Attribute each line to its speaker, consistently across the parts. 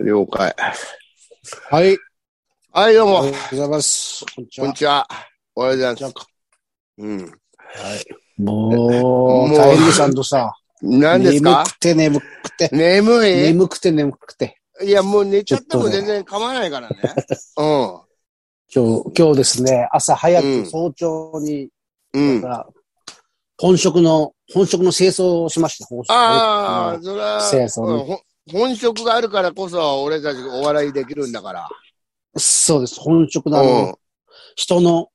Speaker 1: 紹介。
Speaker 2: はい。
Speaker 1: はい、どう
Speaker 2: おは
Speaker 1: も
Speaker 2: よ。うございます。こんにち
Speaker 1: こん
Speaker 2: は
Speaker 1: に。ちは。おはようござい
Speaker 2: じゃ
Speaker 1: ます。うん。
Speaker 2: はい。も
Speaker 1: も
Speaker 2: う、
Speaker 1: う
Speaker 2: タイリーさんとさ、
Speaker 1: 何ですか
Speaker 2: 眠くて眠くて、
Speaker 1: 眠い
Speaker 2: 眠くて眠くて、
Speaker 1: いや、もう寝ちゃって
Speaker 2: ちょ
Speaker 1: も
Speaker 2: っと
Speaker 1: 全
Speaker 2: ね
Speaker 1: 然構わないから ね。う
Speaker 2: 今日、今日ですね、朝早
Speaker 1: うん
Speaker 2: く早朝に、
Speaker 1: ん。うん。
Speaker 2: から本職の、本職の清掃をしました。本職
Speaker 1: ああ、それは、
Speaker 2: 清掃
Speaker 1: うん
Speaker 2: の
Speaker 1: ほ本職があるからこそ、俺たちお笑いできるんだから。
Speaker 2: そうです。本職のあの、
Speaker 1: う
Speaker 2: 人の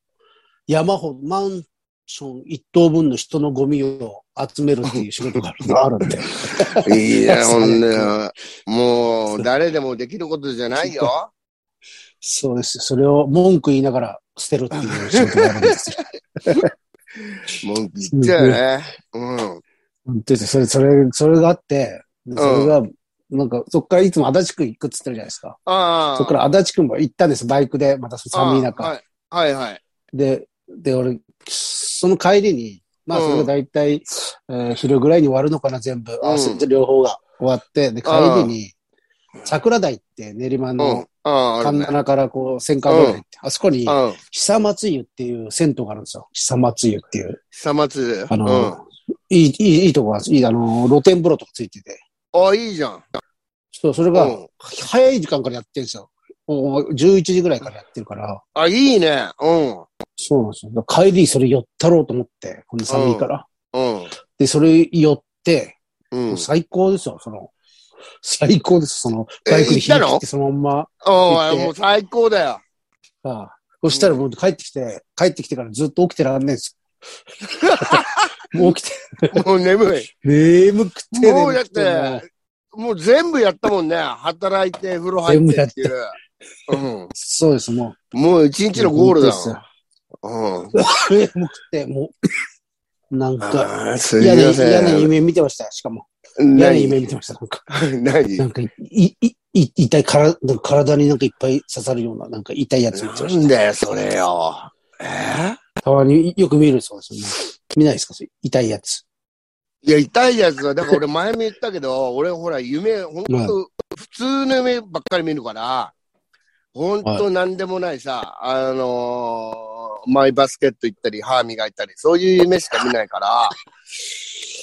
Speaker 2: 山ほど、マンション一棟分の人のゴミを集めるっていう仕事があるある んで。
Speaker 1: ん。いや、ほん
Speaker 2: そう
Speaker 1: で、もう、誰でもできることじゃないよ。
Speaker 2: そうです。それを文句言いながら捨てるっていう仕事があるんですよ。
Speaker 1: 文句言っちゃうよね。うん。
Speaker 2: 本当ですよそれ、それ、それがあって、でそれが、なんか、そっからいつも足立区行くっつってるじゃないですか。
Speaker 1: ああ。
Speaker 2: そっから足立区も行ったんです、バイクで、またその寒い中。
Speaker 1: ああはいはいはい。
Speaker 2: で、で、俺、その帰りに、まあ、
Speaker 1: うん
Speaker 2: それが大体、えー昼ぐらいに終わるのかな、全部。合わせて両方が終わって、で、帰りに、桜台って練馬
Speaker 1: うん。あ
Speaker 2: の
Speaker 1: あ、ある
Speaker 2: 神
Speaker 1: ね
Speaker 2: 奈からこう、1000回ぐらい行って、あそこに、
Speaker 1: うん。
Speaker 2: 久松湯っていう銭湯があるんですよ。久松湯っていう。
Speaker 1: 久松。
Speaker 2: あの、いい、いい、いいとこがあるんです。いい、あの、露天風呂とかついてて。
Speaker 1: うん。あ、いいじゃん。
Speaker 2: そう、それ
Speaker 1: う
Speaker 2: が、
Speaker 1: ん。
Speaker 2: 早い時間からやってるんですよ。もう11時ぐらいからやってるから。
Speaker 1: あ、いいね。うん。
Speaker 2: そうなんですよ。帰りそれ寄ったろうと思って、この寒いから。
Speaker 1: うん。
Speaker 2: で、それ寄って、
Speaker 1: うん。
Speaker 2: 最高ですよ、その、最高です、その、バイク
Speaker 1: え
Speaker 2: に
Speaker 1: 行った
Speaker 2: 火
Speaker 1: の
Speaker 2: 切ってそのまん
Speaker 1: お
Speaker 2: 行っ
Speaker 1: ー
Speaker 2: て
Speaker 1: もう最高だ よ。
Speaker 2: ま、ああそしたらもう帰ってきて、帰ってきてからずっと起きてらんねえんです よ。もう起きて、
Speaker 1: もう眠い。
Speaker 2: 眠くて
Speaker 1: もう
Speaker 2: 眠くて。
Speaker 1: だっ
Speaker 2: もう
Speaker 1: もう全部やったもんね。働いて、風呂入ってっていう。うん。
Speaker 2: そうです、も
Speaker 1: もう一
Speaker 2: う。
Speaker 1: 日のゴールだ
Speaker 2: 本
Speaker 1: よ。うん。
Speaker 2: 当ですよ 眠くて、もう、なんか、
Speaker 1: あーす
Speaker 2: 嫌
Speaker 1: い
Speaker 2: な
Speaker 1: ま
Speaker 2: 嫌な
Speaker 1: せん。
Speaker 2: 夢見てましたよ、しかも。嫌な夢
Speaker 1: 何
Speaker 2: 見てました、なんか。
Speaker 1: 何
Speaker 2: なんか、い、い、い、痛いから、なんか体になんかいっぱい刺さるような、なんか痛いやつ見てま
Speaker 1: な
Speaker 2: し
Speaker 1: んだよ、それよ。え
Speaker 2: た。たまによく見るそうですよね。見ないですかそれ痛いやつ。
Speaker 1: いや、痛いやつは、だから俺前も言ったけど、 俺ほら、夢、ほんと、
Speaker 2: は
Speaker 1: 普通の夢ばっかり見るから、ほんとなんでもないさ、あのーマイバスケット行ったり、歯磨いたり、そういう夢しか見ない から、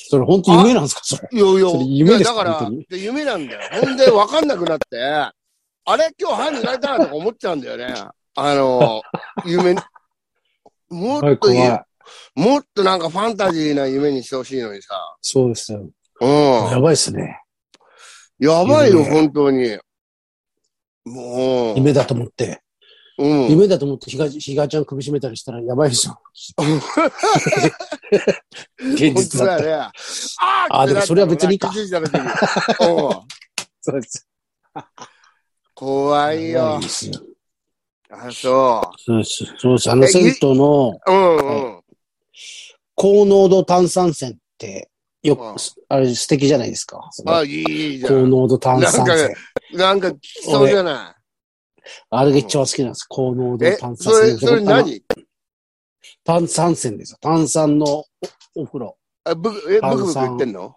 Speaker 2: それ本当夢なんですかそれ。
Speaker 1: いやいや
Speaker 2: それ夢ですか
Speaker 1: いやだから
Speaker 2: 本当に、
Speaker 1: で夢なんだよ。ほんで、わかんなくなって、 あれ今日歯磨いたなとか思っちゃうんだよね。あの ー夢、も
Speaker 2: 怖
Speaker 1: っ
Speaker 2: い
Speaker 1: と
Speaker 2: 怖
Speaker 1: い
Speaker 2: い。
Speaker 1: もっとなんかファンタジーな夢にしてほしいのにさ。
Speaker 2: そうですよ。
Speaker 1: うん。
Speaker 2: やばいですね。
Speaker 1: やばいよ、
Speaker 2: 夢
Speaker 1: 本当に。もう。
Speaker 2: 夢だと思って。
Speaker 1: うん。
Speaker 2: 夢だと思ってひが、ひがちゃん首絞めたりしたらやば いですよ。
Speaker 1: 本
Speaker 2: 現
Speaker 1: 当
Speaker 2: 実だ
Speaker 1: だ
Speaker 2: ったら。
Speaker 1: よね。あー
Speaker 2: あーでもそれは別にいいか
Speaker 1: ってなったよな気づいた時にうん
Speaker 2: そうです。
Speaker 1: 怖い
Speaker 2: やば
Speaker 1: よ
Speaker 2: いで。すよ。
Speaker 1: あ、そ
Speaker 2: そうです。そうです。あの銭湯の
Speaker 1: う。うんうん。
Speaker 2: 高濃度炭酸泉って、よ
Speaker 1: うん
Speaker 2: く、あれ素敵じゃないですか。
Speaker 1: あ、いいじゃ
Speaker 2: 高
Speaker 1: ん。
Speaker 2: 濃度炭
Speaker 1: な
Speaker 2: 酸
Speaker 1: んか
Speaker 2: 泉
Speaker 1: ね。なんか聞きそうじゃな
Speaker 2: あれが一番好きなんです。高濃
Speaker 1: い。
Speaker 2: 度
Speaker 1: え、
Speaker 2: 炭
Speaker 1: そ
Speaker 2: 酸
Speaker 1: れ、
Speaker 2: 泉。
Speaker 1: それ
Speaker 2: あの
Speaker 1: 何
Speaker 2: 炭酸泉ですよ。炭酸のおお風呂。
Speaker 1: あ、ぶ、え、ブ
Speaker 2: 炭
Speaker 1: クブク
Speaker 2: 酸
Speaker 1: 言ってんの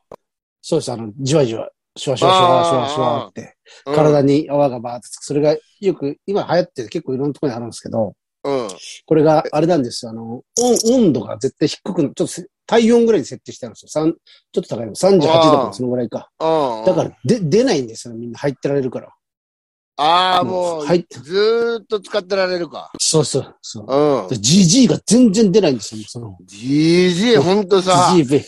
Speaker 2: そうです。あの、じわじわ、シュワシュワシュワシュワシュワって、体
Speaker 1: に。
Speaker 2: に泡がバーってつく。それがよく、今流行ってる結構いろんなところにあるんですけど、
Speaker 1: うん。
Speaker 2: これがあれなんですよ。あの、温温度が絶対低くな、ちょっとせ体温ぐらいに設定してあるんですよ。三ちょっと高いの。38度と
Speaker 1: あー
Speaker 2: かそのぐらいか。
Speaker 1: うん。
Speaker 2: だから、で、出ないんですよ。みんな入ってられるから。
Speaker 1: ああ、もう、
Speaker 2: 入って、
Speaker 1: ずーっと使ってられるか。
Speaker 2: そうそう、そ
Speaker 1: う
Speaker 2: う
Speaker 1: ん。。
Speaker 2: じじいが全然出ないんですよ。その、
Speaker 1: じじい、ほんとさ。
Speaker 2: じじい、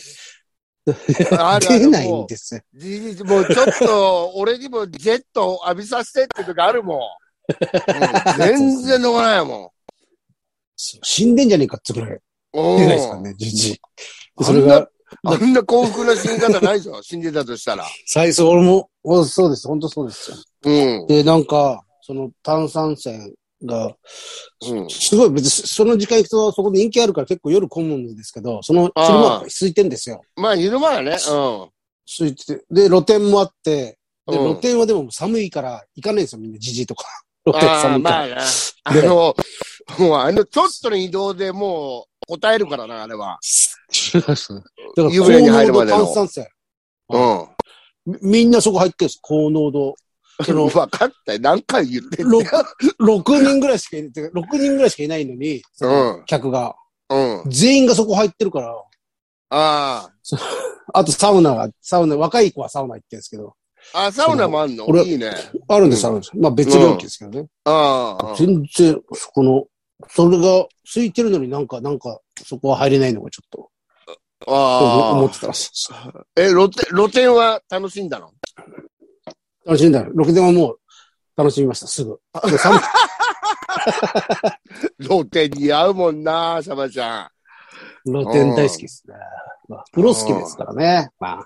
Speaker 1: あるある
Speaker 2: 出ない
Speaker 1: も
Speaker 2: ん
Speaker 1: う
Speaker 2: ですよ。
Speaker 1: じじもうちょっ と、俺にもジェットを浴びさせてって時あるもん。うん全然飲まないも
Speaker 2: そう死んでんじゃねえかってぐらい。
Speaker 1: ん。お
Speaker 2: 出ないですからね、じじい。でそれ
Speaker 1: あん
Speaker 2: が、
Speaker 1: あんな幸福な死に方ないぞ、 死んでたとしたら。
Speaker 2: 最初俺も、おそうです、本当そうですよ。
Speaker 1: うん。
Speaker 2: で、なんか、その炭酸泉が、
Speaker 1: うん。
Speaker 2: すごい、別にその時間行くとそこ人気あるから結構夜混むんですけど、その
Speaker 1: あー
Speaker 2: 昼間は空いてんですよ。
Speaker 1: まあ、昼間はね。
Speaker 2: 空いてて。で、露店もあって、
Speaker 1: うん。
Speaker 2: で、
Speaker 1: う
Speaker 2: 露
Speaker 1: ん、
Speaker 2: 店はでも寒いから行かないんですよ、みんな、じじいとか。露店
Speaker 1: ああ、
Speaker 2: 寒い
Speaker 1: ま
Speaker 2: から。
Speaker 1: あな。あの、もうあの、ちょっとの移動でもう、答えるからな、あれは。
Speaker 2: だから、高
Speaker 1: 湯船に入るま
Speaker 2: 濃
Speaker 1: で
Speaker 2: 度
Speaker 1: の
Speaker 2: 炭酸泉。
Speaker 1: うん。
Speaker 2: みみんなそこ入ってるんです。高濃度その、
Speaker 1: 分かったよ。何回言ってん
Speaker 2: ろ
Speaker 1: だ
Speaker 2: く
Speaker 1: よ。
Speaker 2: 6人ぐらいしかいない、6人ぐらいしかいないのに、その
Speaker 1: うん
Speaker 2: 客が。
Speaker 1: うん。
Speaker 2: 全員がそこ入ってるから、
Speaker 1: あ
Speaker 2: あとサウナが、サウナ、若い子はサウナ行ってるんですけど、
Speaker 1: あ。あ、サウナもあんの
Speaker 2: 俺
Speaker 1: いいね。
Speaker 2: あるんです、
Speaker 1: うん
Speaker 2: あるんです。まあ別料金ですけどね。
Speaker 1: ああ。
Speaker 2: 全然、そこの、それが空いてるのになんか、なんか、そこは入れないのがちょっと、思
Speaker 1: あ
Speaker 2: ってたらしいです。
Speaker 1: あ。え、露天、露天は楽しんだの
Speaker 2: 楽しんだ。ロケでももう、楽しみました、すぐ。で寒く
Speaker 1: 露天似合うもんな、サバちゃん。
Speaker 2: 露天大好きですね。まあ、風呂好きですからね。まあ、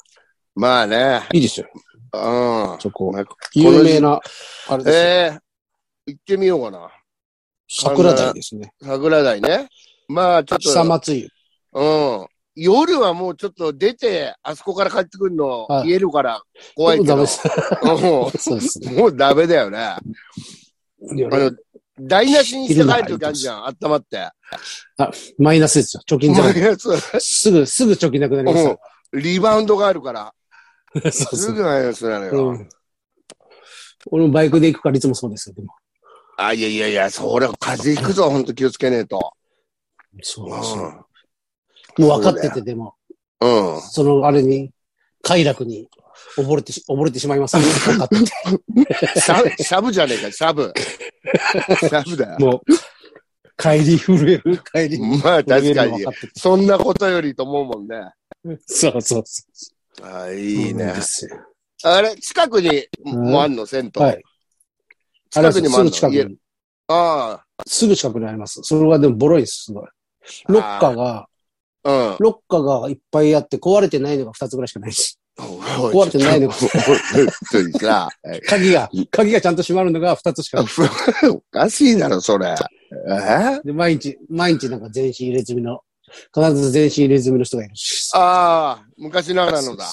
Speaker 1: まあね。
Speaker 2: いいですよ。
Speaker 1: うん。
Speaker 2: そこ。
Speaker 1: なんか
Speaker 2: 有名な、あれですよ。
Speaker 1: ええ行ってみようかな。
Speaker 2: 桜台ですね。
Speaker 1: 桜台ね。まあ、ちょっと。
Speaker 2: 久松湯。
Speaker 1: うん。夜はもうちょっと出て、あそこから帰ってくるの、
Speaker 2: はい
Speaker 1: 言えるから、怖いけ
Speaker 2: ダメ
Speaker 1: ど
Speaker 2: で。す。
Speaker 1: う
Speaker 2: そうですね。
Speaker 1: んもうダメだよね。あの、台無しにして帰るときあるじゃん、温まって。
Speaker 2: マイナスですよ。貯金じゃ
Speaker 1: マ
Speaker 2: ない。
Speaker 1: イナス
Speaker 2: すぐ、すぐ貯金なくなりますよ。
Speaker 1: うんリバウンドがあるから、
Speaker 2: そう
Speaker 1: す
Speaker 2: そう
Speaker 1: ぐマイナスなのよ。
Speaker 2: うん俺もバイクで行くからいつもそうですよ、でも。
Speaker 1: あ、いやいやいや、それ風邪ひくぞ、ほんと気をつけねえと。
Speaker 2: そううんですよ。もう分かってて、でも、
Speaker 1: うん。
Speaker 2: そのあれに、快楽に溺れてし、溺れてしまいます。分かって て
Speaker 1: サブ、サブじゃねえか、サ ブ。サブだよ。
Speaker 2: もう、帰り震える、帰り
Speaker 1: まあ
Speaker 2: 震
Speaker 1: 確
Speaker 2: える
Speaker 1: か
Speaker 2: の分
Speaker 1: に
Speaker 2: か。ってて。
Speaker 1: そんなことよりと思うもんね。
Speaker 2: そうそうそ
Speaker 1: あ
Speaker 2: う。
Speaker 1: いい
Speaker 2: そう
Speaker 1: ね
Speaker 2: で。すよ
Speaker 1: あれ、近くにもあんの、銭湯。
Speaker 2: はい。あ
Speaker 1: 近
Speaker 2: れは
Speaker 1: く
Speaker 2: す
Speaker 1: にもあんの。
Speaker 2: ぐ近く
Speaker 1: 家
Speaker 2: に、
Speaker 1: あ
Speaker 2: すぐ近くにあります。それはでもボロいです、すごい。ロッカーが、
Speaker 1: あ、
Speaker 2: ロッカーがいっぱいあって壊れてないのが2つぐらいしかない し。
Speaker 1: うん。
Speaker 2: 壊れてないの
Speaker 1: か。本当にさ、
Speaker 2: 鍵が、鍵がちゃんと閉まるのが2つしかない。
Speaker 1: おかしいだろ、それ。え
Speaker 2: で、毎日、毎日なんか全身入れ墨の、必ず全身入れ墨の人がいるし。
Speaker 1: ああ、昔ながらのだ。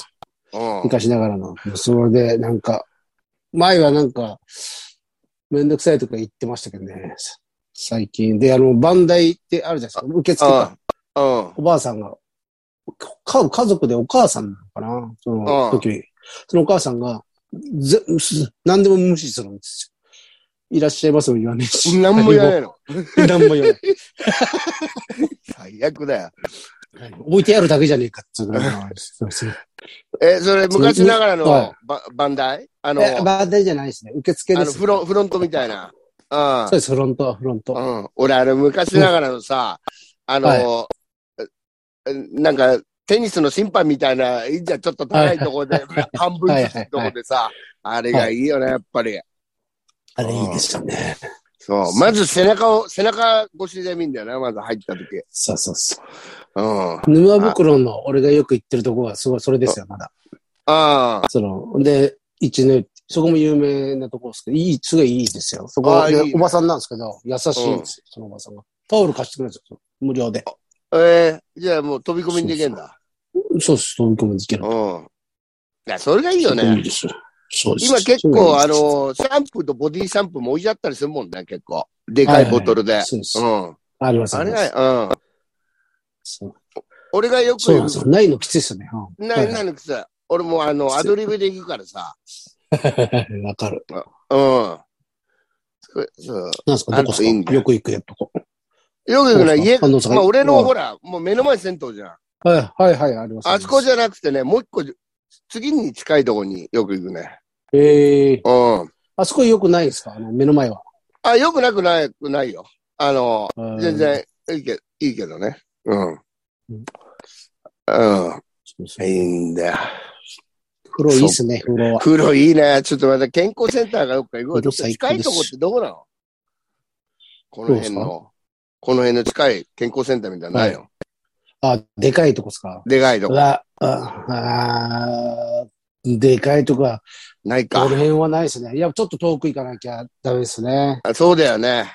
Speaker 1: うん。
Speaker 2: 昔ながらの。それで、なんか、前はなんか、めんどくさいとか言ってましたけどね。最近。で、あの、バンダイってあるじゃないですか。受付
Speaker 1: あ
Speaker 2: か。
Speaker 1: うん。
Speaker 2: おばあさんが、か家族でお母さんなのかなそ
Speaker 1: ああ
Speaker 2: の時に。そのお母さんが、ぜ、す何でも無視するんですよ。いらっしゃいますも言わないし。
Speaker 1: 何もやれの。
Speaker 2: 何も言わない。
Speaker 1: 最悪だよ。
Speaker 2: はい置いてやるだけじゃねえかっていうぐらいの。そうそう
Speaker 1: え、それ昔ながらの
Speaker 2: はい
Speaker 1: ババンダイ あの、
Speaker 2: え
Speaker 1: あ
Speaker 2: バーダイじゃないですね。受付で
Speaker 1: の
Speaker 2: す。
Speaker 1: フロンフロントみたいな。うん
Speaker 2: そう。です、フロント、フロント。
Speaker 1: うん。俺、あの、昔ながらのさ、あの、えなんか、テニスの審判みたいな、いいじゃんちょっと高いところで、 半分ずつのところでさ、あれがいいよね、やっぱり。
Speaker 2: あれいいでしたね。
Speaker 1: そう。まず背中を、背中越しで見んだよな、まず入った時。
Speaker 2: そうそうそ
Speaker 1: う
Speaker 2: う。
Speaker 1: ん。あ
Speaker 2: 沼袋の俺がよく行ってるとこはすごい、それですよ、まだ。
Speaker 1: あ。
Speaker 2: その、で、一の、そこも有名なとこですけど、いい、すごいいいですよ。そこは、
Speaker 1: あーいいね
Speaker 2: おばさんなんですけど、優しいんですよ、そのおばさんが。タオル貸してくれるんですよ、無料で。
Speaker 1: ええじゃあもう飛び込みにできるんだ。
Speaker 2: そうです、飛び込むできる。
Speaker 1: うん。いや、それがいいよ
Speaker 2: いい
Speaker 1: ね。
Speaker 2: ですよ。そうです。
Speaker 1: 今結構、あ
Speaker 2: そう
Speaker 1: の、シャンプーとボディシャンプーも置いちゃったりするもんね、結構。でかいボトルで
Speaker 2: で。す、そうです。
Speaker 1: うん。
Speaker 2: あります、
Speaker 1: あ
Speaker 2: あ
Speaker 1: れ
Speaker 2: ります。
Speaker 1: が、うん。
Speaker 2: そう
Speaker 1: 俺がよく
Speaker 2: そうなんですよ。ないのきついですよね。うん
Speaker 1: な
Speaker 2: はい
Speaker 1: い、ないのくさ、俺もあの、アドリブで行くからさ。
Speaker 2: はいわかる。
Speaker 1: うん。そうそう
Speaker 2: なんですか、どこです
Speaker 1: あいいんだ
Speaker 2: かよく行くやとこ。
Speaker 1: よく行くのは家、
Speaker 2: あの
Speaker 1: まあ俺の
Speaker 2: うん
Speaker 1: ほら、もう目の前銭湯じゃん。
Speaker 2: はい、はい、はい、あります。
Speaker 1: あそこ
Speaker 2: ゃ。
Speaker 1: じゃなくてね、もう一個、次に近いとこによく行くね。
Speaker 2: ええ。
Speaker 1: うん。
Speaker 2: あそこ良くないですかあの、目の前は。
Speaker 1: あ、よくなくない、ないよ。あの、全然いいけいいけどね。うん。
Speaker 2: うん
Speaker 1: うん。
Speaker 2: そうそう
Speaker 1: いいんだよ。
Speaker 2: 風呂いいっすね、風呂は。
Speaker 1: 風呂いいね。ちょっとまた健康センターがどっか行こう
Speaker 2: 風
Speaker 1: よ。
Speaker 2: 呂最高
Speaker 1: 近
Speaker 2: です
Speaker 1: いとこってどこなのこの辺の、この辺の近い健康センターみたいなのないの、
Speaker 2: あ、でかいとこっすか
Speaker 1: でかいとこ。
Speaker 2: あ、あ、あーでかいとこは、
Speaker 1: ない
Speaker 2: こ
Speaker 1: か
Speaker 2: の。辺はないですね。いや、ちょっと遠く行かなきゃダメですね。
Speaker 1: あそうだよね。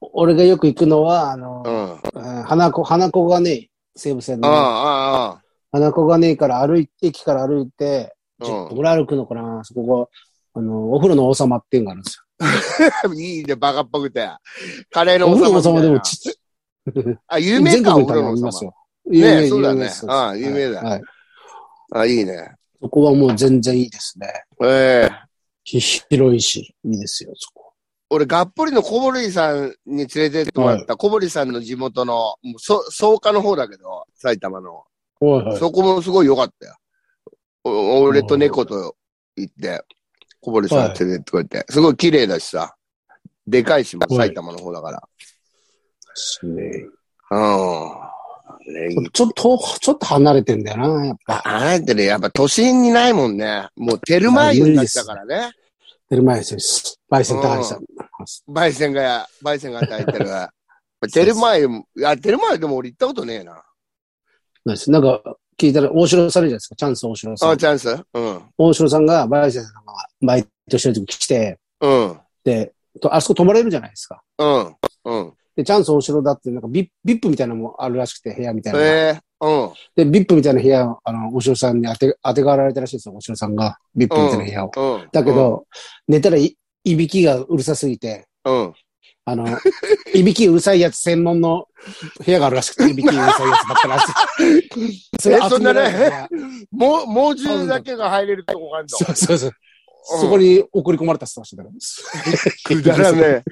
Speaker 2: 俺がよく行くのは、あ
Speaker 1: う
Speaker 2: の、
Speaker 1: ん。あ
Speaker 2: うん花子、花子がね、西武線
Speaker 1: あ、
Speaker 2: の
Speaker 1: ああ、
Speaker 2: 花子がねから歩いて、駅から歩いて、10
Speaker 1: う
Speaker 2: 分ぐらい歩くのかな、そこが、あの、お風呂の王様っていうのがあるんです
Speaker 1: ん。 いいね、バカっぽくて。カレー
Speaker 2: よ。
Speaker 1: の
Speaker 2: お
Speaker 1: 王
Speaker 2: 風呂の王
Speaker 1: 様み
Speaker 2: 様
Speaker 1: た
Speaker 2: で
Speaker 1: い
Speaker 2: も
Speaker 1: な。
Speaker 2: ちっちゃい
Speaker 1: あ、有名か、お
Speaker 2: 全国
Speaker 1: 風呂
Speaker 2: にい
Speaker 1: の
Speaker 2: ま
Speaker 1: 王
Speaker 2: す
Speaker 1: 様。
Speaker 2: よ。有
Speaker 1: ねえ
Speaker 2: 名
Speaker 1: そうだね
Speaker 2: 有名です
Speaker 1: ああ有名だ
Speaker 2: はい。
Speaker 1: あ、いいね。
Speaker 2: そこはもう全然いいですね。
Speaker 1: ええ
Speaker 2: ひ広いし、いいですよ、そこ。
Speaker 1: 俺、がっぽりの小堀さんに連れてってもらった、小堀さんの地元の、もうそ草加の方だけど、埼玉の。
Speaker 2: はいはい。
Speaker 1: そこもすごい良かったよ。お俺と猫と行って、小堀さん連れてってくれて。すごい綺麗だしさ。でかいしも、
Speaker 2: はい
Speaker 1: 埼玉の方だから。
Speaker 2: ですね
Speaker 1: うん。ね
Speaker 2: ちょっと、ちょっと離れてんだよな、やっぱ。
Speaker 1: あれってね、やっぱ都心にないもんね。もうテルマイユになったからね。
Speaker 2: テルマエ選手、バイセン高橋さん。
Speaker 1: 焙煎が、焙煎が与えて る。テルマイユも、いや、テルマイユでも俺行ったことねえな。
Speaker 2: ないですなんか、聞いたら、大城さんいるじゃないですか、チャンス大城さ
Speaker 1: あ、
Speaker 2: ん。
Speaker 1: チャンスうん。
Speaker 2: 大城さんが、バイセンさんがバイトしてる時来て、
Speaker 1: うん。
Speaker 2: で、とあそこ泊まれるじゃないですか。
Speaker 1: うん。うん。
Speaker 2: で、チャンス大城だって、なんかビッ、ビップみたいなのもあるらしくて、部屋みたいなのが。
Speaker 1: ええうん。
Speaker 2: で、ビップみたいな部屋を、あの、大城さんに当て、当てがわられたらしいですよ、大城さんが。ビップみたいな部屋を。
Speaker 1: うん。
Speaker 2: だけど、寝たらい、いびきがうるさすぎて、
Speaker 1: うん、うん。
Speaker 2: あの、 いびきうるさいやつ専門の部屋があるらし くて、いびきうるさいやつばっかりらしい。
Speaker 1: えそんなね
Speaker 2: 集められた ら
Speaker 1: もう、猛獣だけが入れるとこがある
Speaker 2: そうそうそう。
Speaker 1: うん
Speaker 2: そこに送り込まれたって言ってましたね。
Speaker 1: の。くだら
Speaker 2: ね。
Speaker 1: ね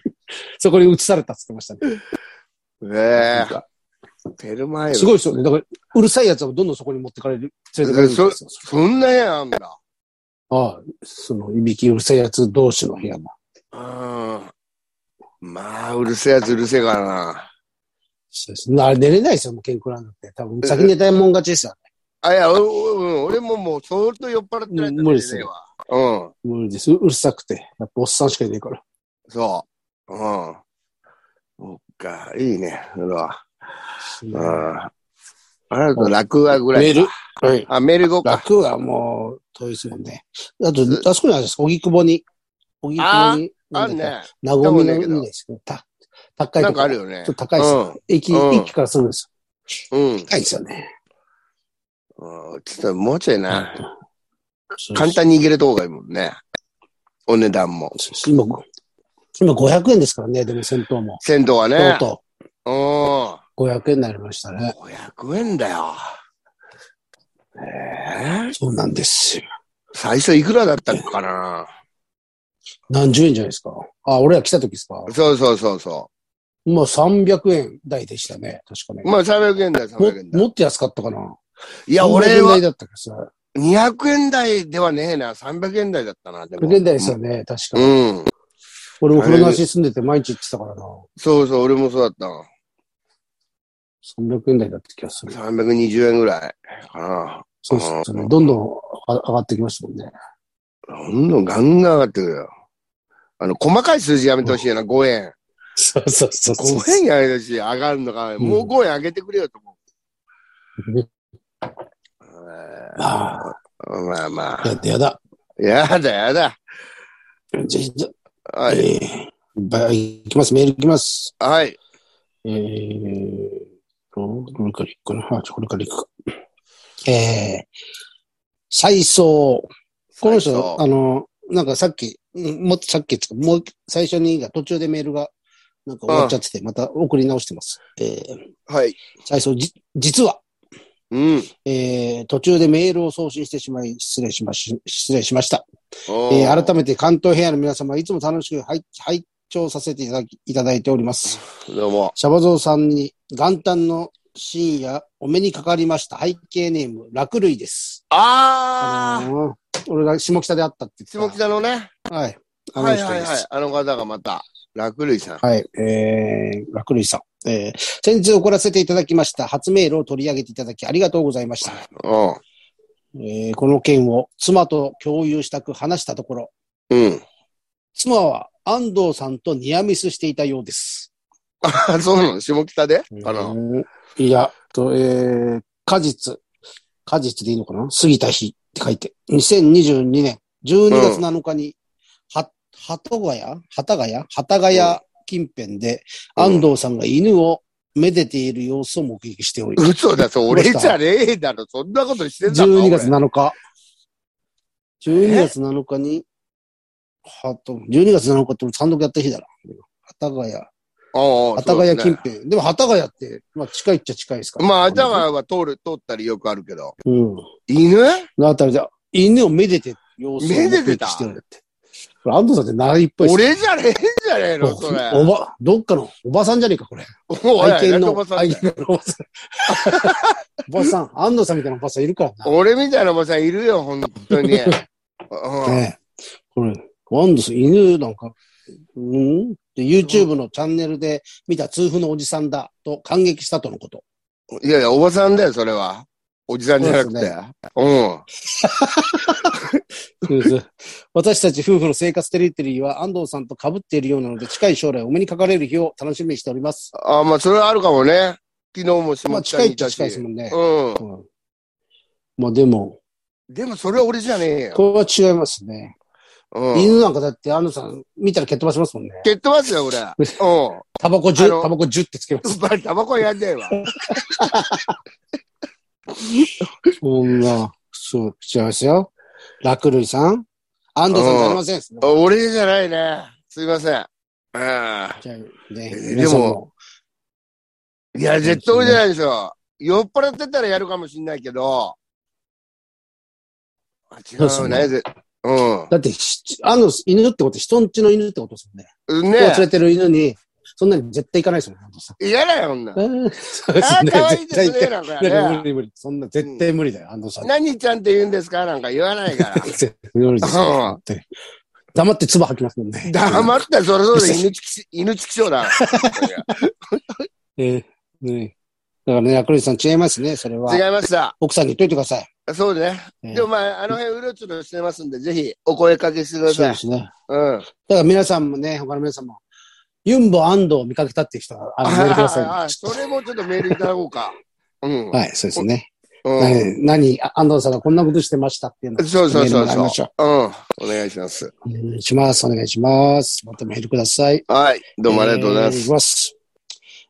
Speaker 2: そこに移されたって言ってましたね。
Speaker 1: え。ねえ。テルマイユ。
Speaker 2: すごいですよね。だから、うるさいやつをどんどんそこに持ってかれる、連れてかれるんですよ。
Speaker 1: そんな部屋あんだ。
Speaker 2: ああ、その、いびきうるさいやつ同士の部屋も。
Speaker 1: うん。まあ、うるせえやつうるせえからな。
Speaker 2: そうですあれ寝れないですよ、もうケンクラなんて。多分、先に寝たいもん勝ちですよ。
Speaker 1: あ、いや、おおうん俺ももう相当酔っ払ってないと
Speaker 2: 無理です
Speaker 1: 寝れねえわ。うん。
Speaker 2: 無理です。ううるさくて。やっぱおっさんしかいないから。
Speaker 1: そう。うん。そっか、いいね、それは。うん。あれと楽はぐら
Speaker 2: メ
Speaker 1: い。
Speaker 2: ールはい。
Speaker 1: あ、メール後か。
Speaker 2: 楽はもう、遠いですもんね。あと、あそこにあるんですか荻窪に。荻窪に。
Speaker 1: あ
Speaker 2: なん
Speaker 1: る
Speaker 2: だっけ。
Speaker 1: ね。
Speaker 2: 名
Speaker 1: 行ったこと
Speaker 2: 古屋
Speaker 1: ない
Speaker 2: の
Speaker 1: けど
Speaker 2: 海ですね。た、高い
Speaker 1: な
Speaker 2: と
Speaker 1: んか
Speaker 2: こ
Speaker 1: あ
Speaker 2: ろ。
Speaker 1: る
Speaker 2: ちょ
Speaker 1: よね
Speaker 2: っと。高いですよ。駅、
Speaker 1: うん
Speaker 2: 駅からすぐです
Speaker 1: うん。
Speaker 2: よ。高いですよね。
Speaker 1: うんちょっともうちょいな。
Speaker 2: そう
Speaker 1: 簡単にいけるとこがいいもんね。お値段も。
Speaker 2: そう今、ご今500円ですからね、でも戦闘も。
Speaker 1: 銭湯は
Speaker 2: と
Speaker 1: ね
Speaker 2: う。と
Speaker 1: うん。500
Speaker 2: う500円になりましたね。
Speaker 1: 円だよ。ええ
Speaker 2: そうなんですよ。
Speaker 1: 最初いくらだったのかな
Speaker 2: 何十円じゃないですか。あ、俺ら来た時ですか。
Speaker 1: そうそうそうそ
Speaker 2: まあ300円台でしたね。確か
Speaker 1: う。
Speaker 2: ね。
Speaker 1: まあ300円だよ、300円
Speaker 2: も
Speaker 1: だよ。
Speaker 2: もっと安かったかな。
Speaker 1: い
Speaker 2: い
Speaker 1: や、俺は
Speaker 2: だったからさ。
Speaker 1: 200円台ではねえな、300円台だったな、でも。
Speaker 2: 100円台ですよね、確か
Speaker 1: う
Speaker 2: に。
Speaker 1: ん。
Speaker 2: 俺も風呂なし住んでて毎日行ってたからな。
Speaker 1: そうそう、俺もそうだったの。
Speaker 2: 300円台だった気がする。
Speaker 1: 320円ぐらいかな。
Speaker 2: そうですね。どんどん上がってきましたもんね。
Speaker 1: どんどんガンガン上がってくるよ。あの、細かい数字やめてほしいよな、5円。
Speaker 2: そうそうそう
Speaker 1: 5円やめてほしい、上がるのか。もう5円上げてくれよと思う。
Speaker 2: まあ、
Speaker 1: まあまあ。
Speaker 2: やだやだ。
Speaker 1: やだやだ。
Speaker 2: じゃあじゃあ、
Speaker 1: はい。
Speaker 2: えー、ばいきます。メールいきます。
Speaker 1: はい。
Speaker 2: えーと、どれからいくかな。あ、じゃあこれからいくか。えー、再送。この
Speaker 1: 最
Speaker 2: 人、
Speaker 1: 初
Speaker 2: あの、なんかさっき、んもっとさっきっつうか、もう最初にが途中でメールが、なんか終わっちゃってて、また送り直してます。えー、
Speaker 1: はい。
Speaker 2: 最初、じ、実は、
Speaker 1: うん。
Speaker 2: えー、途中でメールを送信してしまい、失礼しまし、失礼しました。
Speaker 1: お
Speaker 2: えー
Speaker 1: ー
Speaker 2: 改めて関東平野の皆様、いつも楽しく拝拝聴させていただきいただいております。
Speaker 1: どうも。
Speaker 2: シャバゾウさんに元旦の深夜、お目にかかりました。背景ネーム、楽類です。
Speaker 1: あー。
Speaker 2: のー俺が下北で会ったって言
Speaker 1: 下
Speaker 2: ってた。
Speaker 1: 北のね。
Speaker 2: はい。あの
Speaker 1: はい
Speaker 2: 人
Speaker 1: はい
Speaker 2: で
Speaker 1: はい
Speaker 2: す。。
Speaker 1: あの方がまた、楽類さん。
Speaker 2: はい、えー、楽類さん。えー、先日送らせていただきました。初メールを取り上げていただきありがとうございました。
Speaker 1: うん。
Speaker 2: えーこの件を妻と共有したく話したところ、
Speaker 1: うん。
Speaker 2: 妻は安藤さんとニアミスしていたようです。
Speaker 1: あ、 そうなの下北であの、
Speaker 2: うんいや、と、えー果実。果実でいいのかな過ぎた日って書いて。2022年12月7日に、は、鳩ヶ谷鳩ヶ谷鳩ヶ谷近辺で、
Speaker 1: うん
Speaker 2: 安藤さんが犬をめでている様子を目撃しており、
Speaker 1: 嘘だ、そう、俺
Speaker 2: どうした
Speaker 1: じゃねえだろ。そんなことしてんだろ。
Speaker 2: 12月
Speaker 1: 俺
Speaker 2: 7日。12月7日に、はと、12月7日って俺単独やった日だな。幡ヶ谷。
Speaker 1: おうおう
Speaker 2: 幡ヶ
Speaker 1: そう
Speaker 2: 谷
Speaker 1: だ
Speaker 2: 近
Speaker 1: ね
Speaker 2: 辺。でも幡ヶ谷って、まあ近いっちゃ近いですから。
Speaker 1: まあ、幡ヶ谷は通る、通ったりよくあるけど。
Speaker 2: うん。
Speaker 1: 犬
Speaker 2: のあたりで、犬をめでてる様子を
Speaker 1: めでてた
Speaker 2: 目撃してるって。これ、安藤さんってないっぽいっすね
Speaker 1: 俺じゃねえんじゃねえの、それ。
Speaker 2: おば、どっかのおばさんじゃねえか、これ。
Speaker 1: おい
Speaker 2: 愛犬の、
Speaker 1: おばさん
Speaker 2: 愛犬のおばさん。おばさん、 安藤さんみたいなおばさんいるからな。
Speaker 1: 俺みたいなおばさんいるよ、本当 に。うん
Speaker 2: ねえこれ、ワンドス、犬なんか、うんで ?YouTube のチャンネルで見た痛風のおじさんだと感激したとのこと。
Speaker 1: いやいや、おばさんだよ、それは。おじさんじゃなく
Speaker 2: そう
Speaker 1: て。
Speaker 2: で
Speaker 1: うん。
Speaker 2: 私たち夫婦の生活テリトリーは安藤さんと被っているようなので、近い将来お目にかかれる日を楽しみにしております。
Speaker 1: あまあ、それはあるかもね。昨日も
Speaker 2: ま
Speaker 1: 下
Speaker 2: あ、
Speaker 1: 北
Speaker 2: 近い
Speaker 1: に
Speaker 2: っ
Speaker 1: い
Speaker 2: ちゃ
Speaker 1: た
Speaker 2: 近いです
Speaker 1: し。
Speaker 2: もんね。
Speaker 1: うん。
Speaker 2: うんまあでも、
Speaker 1: でもそれは俺じゃねえよ。
Speaker 2: これは違いますね。
Speaker 1: うん。
Speaker 2: 犬なんかだって安藤さん見たら蹴っ飛ばしますもんね。
Speaker 1: 蹴ってますよ、俺。うん。
Speaker 2: タバコ
Speaker 1: あ
Speaker 2: 10、
Speaker 1: の
Speaker 2: タバコ10ってつけま
Speaker 1: やっぱりタバコやんねえわ。
Speaker 2: す。そんな、そう、違いますよ。楽類さん安藤さんじゃありません。
Speaker 1: 俺じゃないね。すいません。う
Speaker 2: じゃあね、
Speaker 1: え
Speaker 2: 皆さん
Speaker 1: でもん。いや、絶対俺じゃないでしょ。酔っ払ってたらやるかもしんないけど。あ違
Speaker 2: そうっす
Speaker 1: う
Speaker 2: ね
Speaker 1: ね。ぜう
Speaker 2: だってし、あの、犬ってこと、人んちの犬ってことですもんね。
Speaker 1: ん。
Speaker 2: ね連
Speaker 1: ね
Speaker 2: れてる犬に、そんなに絶対行かないですもんね。
Speaker 1: 嫌だよ、女。
Speaker 2: 安藤さんそうで
Speaker 1: あ
Speaker 2: す
Speaker 1: ー、
Speaker 2: ね。
Speaker 1: 可愛い
Speaker 2: 絶
Speaker 1: で
Speaker 2: 対
Speaker 1: す
Speaker 2: 行か
Speaker 1: ね、
Speaker 2: な
Speaker 1: な
Speaker 2: い
Speaker 1: んか
Speaker 2: だから無
Speaker 1: ね。
Speaker 2: 理無理。そんな、絶対無理だよ、安藤さん。
Speaker 1: 何ちゃんって言うんですかなんか言わないか
Speaker 2: 絶対無理ですよ。
Speaker 1: うん
Speaker 2: だって黙って唾吐きますもんね。
Speaker 1: ら。黙って、それぞれ犬畜し、犬畜生 だ。
Speaker 2: えーねだからね、薬類さん違いますね、それは。
Speaker 1: 違いました。
Speaker 2: 奥さんに言っといてください。
Speaker 1: そうね。
Speaker 2: えー
Speaker 1: でもまあ、あの辺うろちょろしてますんで、ぜひお声かけしてくだ
Speaker 2: そう
Speaker 1: さ
Speaker 2: で
Speaker 1: い。
Speaker 2: すね。
Speaker 1: うん。
Speaker 2: だから皆さんもね、他の皆さんも、ユンボ安藤を見かけたっていう人は、あの、メールくだ
Speaker 1: あああ
Speaker 2: さ
Speaker 1: あ
Speaker 2: い。ちょっ
Speaker 1: それもちょっとメールいただこうか。うん。
Speaker 2: とはい、そうですね。
Speaker 1: う
Speaker 2: 何、何、あ安藤さんがこんなことしてましたっていうのを
Speaker 1: ん。そうそうそう
Speaker 2: メールもらいま
Speaker 1: そ
Speaker 2: しょう
Speaker 1: う。うん。お願いします。
Speaker 2: お願いします。お願いします。またメールください。
Speaker 1: はい。どうもありがとうございます。
Speaker 2: ます。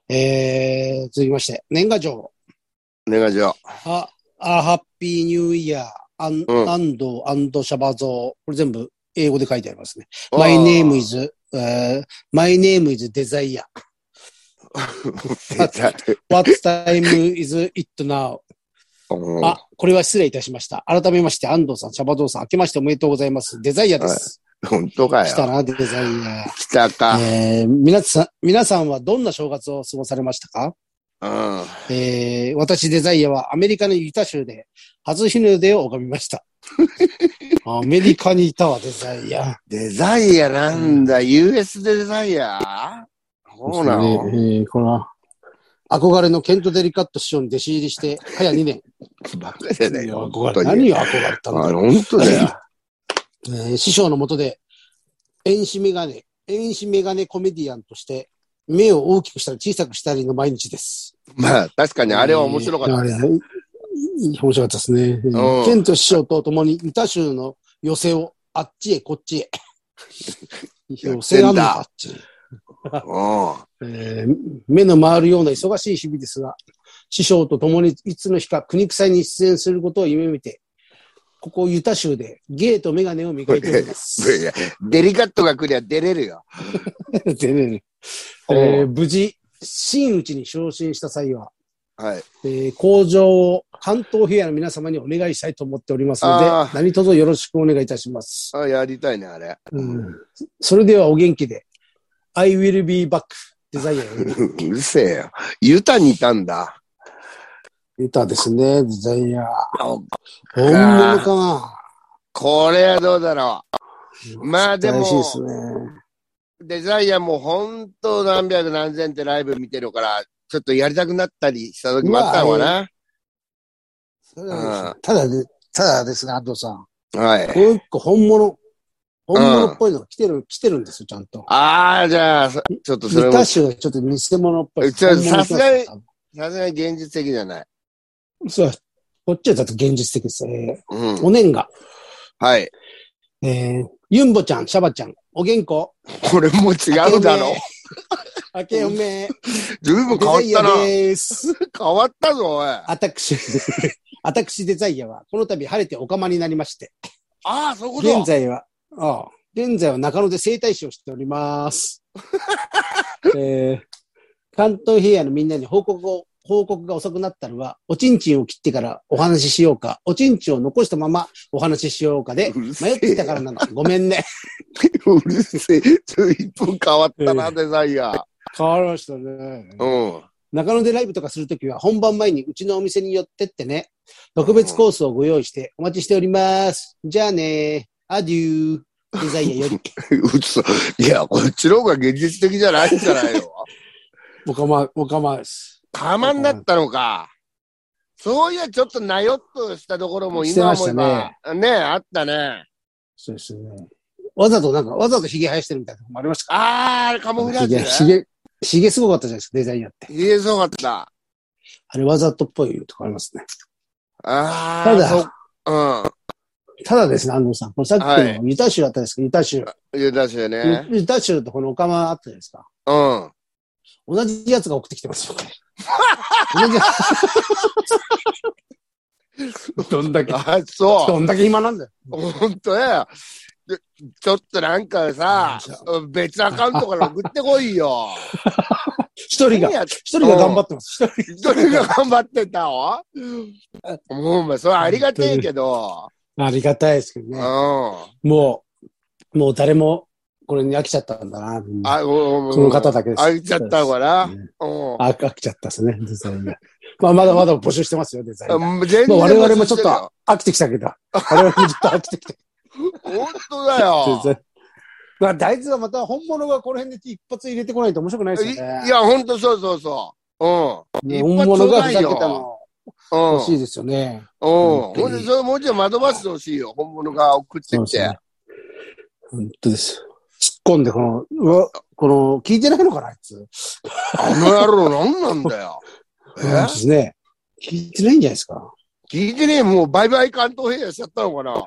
Speaker 2: えー、続きまして、年賀状。
Speaker 1: お願いしよ
Speaker 2: あ、あ、ハッピーニューイヤー、アン、
Speaker 1: うん
Speaker 2: アンド、アンドシャバゾー。これ全部英語で書いてありますね。
Speaker 1: う。
Speaker 2: My name is, えー My name is Desire. What time is it now?
Speaker 1: うん
Speaker 2: あ、これは失礼いたしました。改めまして、安藤さん、シャバゾーさん、明けましておめでとうございます。デザイアです。
Speaker 1: 本当か
Speaker 2: 来た
Speaker 1: よ。
Speaker 2: な、デザイア。
Speaker 1: 来たか。
Speaker 2: えー、皆さん、皆さんはどんな正月を過ごされましたか
Speaker 1: うん。
Speaker 2: えー、私デザイアはアメリカのユタ州で初日の出を拝み ました。アメリカにいたわ、デザイア。
Speaker 1: デザイアなんだ、US デザイアそうなの、
Speaker 2: えーこれは憧れのケント・デリカット師匠に弟子入りして、早2年。
Speaker 1: バカじゃない
Speaker 2: いや
Speaker 1: よ。
Speaker 2: 憧
Speaker 1: 本当
Speaker 2: れ
Speaker 1: に
Speaker 2: 何を憧れた
Speaker 1: あ
Speaker 2: んだろう、
Speaker 1: 本当 だよ。
Speaker 2: えー師匠のもとで、遠視メガネ、遠視メガネコメディアンとして、目を大きくしたり小さくしたりの毎日です。
Speaker 1: まあ、確かにあれは面白かった。
Speaker 2: えーあれはいい面白かったですね。
Speaker 1: ん
Speaker 2: ケント師匠と共にユタ州の寄せをあっちへこっ ちへ。寄せなんだ、あっちへ。
Speaker 1: う
Speaker 2: えー目の回るような忙しい日々ですが、師匠と共にいつの日か国臭いに出演することを夢見て、ここユタ州でゲートメガネを磨いており ま
Speaker 1: ん。い
Speaker 2: す。
Speaker 1: やデリカットが来りゃ出れるよ。
Speaker 2: でねえー無事、真打ちに昇進した際は、
Speaker 1: はい。
Speaker 2: えー工場を関東平野の皆様にお願いしたいと思っておりますので
Speaker 1: あ、ー
Speaker 2: 何卒よろしくお願いいたします。
Speaker 1: あやりたいね、あれ。
Speaker 2: うん、それではお元気で。I will be back. デザイアン。
Speaker 1: うるせえよ。ユタにいたんだ。
Speaker 2: 歌ですね、デザイアン。
Speaker 1: お
Speaker 2: 本物かな
Speaker 1: これはどうだろまあでも
Speaker 2: 嬉しいですね。
Speaker 1: う。デザイアも本当何百何千ってライブ見てるから、ちょっとやりたくなったりした時もあったのかな。
Speaker 2: それはねただで、ただですね、安藤さん。
Speaker 1: はい。
Speaker 2: もう一個本物、本物っぽいのが来てる、来てるんですよ、ちゃんと。
Speaker 1: ああ、じゃあ、そちょっとそれ
Speaker 2: ユ
Speaker 1: も、
Speaker 2: タ
Speaker 1: さ
Speaker 2: 州はちょっと偽物っぽい。
Speaker 1: ちょ
Speaker 2: 本物
Speaker 1: さすがに
Speaker 2: 多分
Speaker 1: すがに現実的じゃない。
Speaker 2: そう。こっちはちょっと現実的ですね。
Speaker 1: うん。
Speaker 2: おねんが。
Speaker 1: はい。
Speaker 2: えー、ユンボちゃん、シャバちゃん、おげんこ。
Speaker 1: これもう違うだろ。
Speaker 2: あけおめ。
Speaker 1: ずいぶん
Speaker 2: デ
Speaker 1: 変わ
Speaker 2: ザ
Speaker 1: っ
Speaker 2: イ
Speaker 1: た
Speaker 2: ア
Speaker 1: な。
Speaker 2: です。
Speaker 1: 変わったぞ、おい。あ
Speaker 2: あたく し、あたくしデザイアは、この度晴れておかまになりまして、
Speaker 1: あー、そういうこと
Speaker 2: 現在は、ああ現在は中野で整体師をしております。えー関東平野のみんなに報告を報告が遅くなったのは、おちんちんを切ってからお話ししようか、おちんちんを残したままお話ししようかで、
Speaker 1: うるせえ
Speaker 2: 迷っていたからなの。ごめんね。
Speaker 1: うるせえ。11分変わったな、デザイア。
Speaker 2: 変わりましたね。
Speaker 1: うん。
Speaker 2: 中野でライブとかするときは本番前にうちのお店に寄ってってね。特別コースをご用意してお待ちしております。じゃあねアデュー。デザイ アより。
Speaker 1: うついや、こっちの方が現実的じゃないんじゃ ないの
Speaker 2: おかま、おかまです。
Speaker 1: 釜になったのか。そういや、ちょっとなよっとしたところも
Speaker 2: して
Speaker 1: 今
Speaker 2: まし
Speaker 1: 思え
Speaker 2: た
Speaker 1: ば
Speaker 2: ね、
Speaker 1: ねあったね。
Speaker 2: そうですね。わざとなんか、わざと髭生やしてるみたいなとこもありましたか
Speaker 1: あー、あれカモフラージ
Speaker 2: 髭、
Speaker 1: ュね。
Speaker 2: 髭、髭すごかったじゃないですか、デザイアって。
Speaker 1: 言えそうかった。
Speaker 2: あれわざとっぽいとこありますね。
Speaker 1: あー、
Speaker 2: ただ
Speaker 1: そっ
Speaker 2: ただですね、安藤さん。これさっき
Speaker 1: はい
Speaker 2: のユタ州あったんですけど、ユタ州。
Speaker 1: うん。言えたしね。
Speaker 2: ユタ州とこのオカマあったじゃないですか。
Speaker 1: うん。
Speaker 2: 同じやつが送ってきてま すよ、これ同じやつどんだけ、
Speaker 1: あ、そ
Speaker 2: どんだけ暇なんだよ。
Speaker 1: う。ほんとね。でちょっとなんかさ
Speaker 2: じゃ、
Speaker 1: 別アカウントから送ってこいよ。
Speaker 2: 一人が
Speaker 1: 何、や
Speaker 2: 一人が頑張ってます。一人
Speaker 1: 一人が頑張ってたわ。もうお前、それありがてえけど。
Speaker 2: ありがたいですけど
Speaker 1: うん。
Speaker 2: ね。
Speaker 1: あ、
Speaker 2: もう、もう誰もこれに飽きちゃったんだな、みんな
Speaker 1: お
Speaker 2: この方だけです。
Speaker 1: あいちゃったのかな。
Speaker 2: ね
Speaker 1: うん
Speaker 2: あ、飽きちゃったですね、デザインが。まあ、まだまだ募集してますよ、デザインが。
Speaker 1: うん。全
Speaker 2: まあ、
Speaker 1: 然
Speaker 2: 我々もちょ
Speaker 1: 忘
Speaker 2: っ
Speaker 1: れてたよ
Speaker 2: と。飽きてきたけど。我々もちょっと飽きてきたけ
Speaker 1: 本当だ
Speaker 2: ど。
Speaker 1: よ
Speaker 2: 全。然。まあ、大豆はまた本物がこの辺で一発入れてこないと面白くないですよね
Speaker 1: いい。や、本当そうそうそ
Speaker 2: ね
Speaker 1: 一発
Speaker 2: 本物がふざけたの
Speaker 1: う。うん。うん。
Speaker 2: 欲しいですよね。
Speaker 1: うん。
Speaker 2: 当
Speaker 1: ほ
Speaker 2: に
Speaker 1: んで、それもうちょい惑ばせてほしいよ。本物が送って
Speaker 2: そう
Speaker 1: き
Speaker 2: ですね
Speaker 1: て。。
Speaker 2: 本当です。突っ込んで、この、うわ、この、聞いてないのかな、あいつ。
Speaker 1: あの野郎何なんだよ。
Speaker 2: そうですね。聞いてないんじゃないですか。
Speaker 1: え聞いてねえ、もうバイバイ関東平野しちゃったのかな。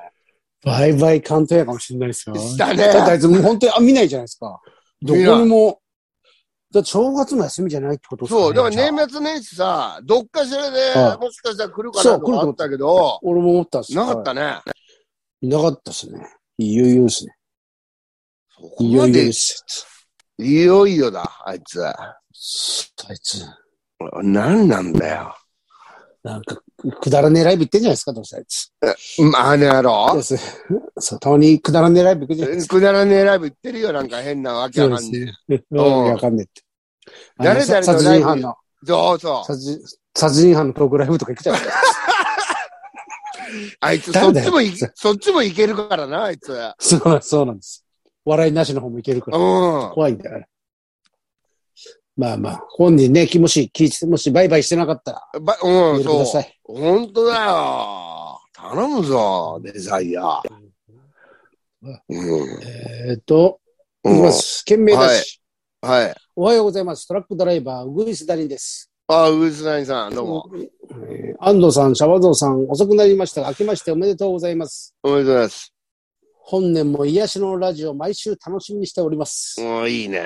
Speaker 2: バイバイ関東やかもしれないですよ。
Speaker 1: した
Speaker 2: だってあ
Speaker 1: ね。
Speaker 2: いつもう本当にあ見ないじゃないですか。どこ
Speaker 1: 見ない
Speaker 2: にも。だって正月も休みじゃないってことですかね、
Speaker 1: そう、だから
Speaker 2: じゃあ
Speaker 1: 年末年始さ、どっかしら
Speaker 2: は
Speaker 1: で
Speaker 2: い、
Speaker 1: もしかしたら来るか
Speaker 2: そ
Speaker 1: な
Speaker 2: う
Speaker 1: と
Speaker 2: 来る
Speaker 1: か
Speaker 2: と
Speaker 1: あ
Speaker 2: 思
Speaker 1: っ
Speaker 2: った
Speaker 1: たけど、
Speaker 2: 俺も思ったっす。
Speaker 1: なかっ
Speaker 2: は
Speaker 1: たね。
Speaker 2: いいなかったっすね。いよいよですね。
Speaker 1: そこ
Speaker 2: いよ
Speaker 1: ま
Speaker 2: いよ
Speaker 1: で
Speaker 2: で、す。
Speaker 1: いよいよだ、あいつ。
Speaker 2: あいつ、
Speaker 1: 何なんだよ。
Speaker 2: なんか、くだらねえライブ行ってんじゃないですか、どうせあいつ。
Speaker 1: まあね、やろ
Speaker 2: そうですそう、たまにくだらねえライブ行くじゃないですか。
Speaker 1: くだらねえライブ行ってるよ、なんか変なわけわかんねえ。
Speaker 2: ね。
Speaker 1: ん
Speaker 2: わかんねえって。あの
Speaker 1: 誰々の
Speaker 2: 殺
Speaker 1: ライ
Speaker 2: 人
Speaker 1: ブ
Speaker 2: 犯の、
Speaker 1: そうそう。
Speaker 2: 殺人殺人犯のトークライブとか行くじゃないですか。
Speaker 1: あいつ、そ
Speaker 2: 誰
Speaker 1: っ
Speaker 2: だよ
Speaker 1: ちもい、そっちも行けるからな、あいつ。う
Speaker 2: そうなんそうなんです。笑いなしの方もいけるから。
Speaker 1: ん。
Speaker 2: 怖いんだよ。まあまあ、本人ね、もし、聞いてもし、バイバイしてなかったら、
Speaker 1: ば
Speaker 2: メー
Speaker 1: うん、
Speaker 2: ルくだ
Speaker 1: そ
Speaker 2: さ
Speaker 1: う。
Speaker 2: い。
Speaker 1: 本当だよ。頼むぞ、デザイア。うん。
Speaker 2: えっと、いき
Speaker 1: うん
Speaker 2: ま。す。懸命だし。
Speaker 1: はい。
Speaker 2: おはようございます。トラックドライバー、ウグイスダリです。
Speaker 1: あ、ウグイスナイさん、どうも。
Speaker 2: えー安藤さん、シャワゾウさん、遅くなりましたが、明けましておめでとうございます。
Speaker 1: おめでとうございます。
Speaker 2: 本年も癒しのラジオ、毎週楽しみにしております。
Speaker 1: もういいね。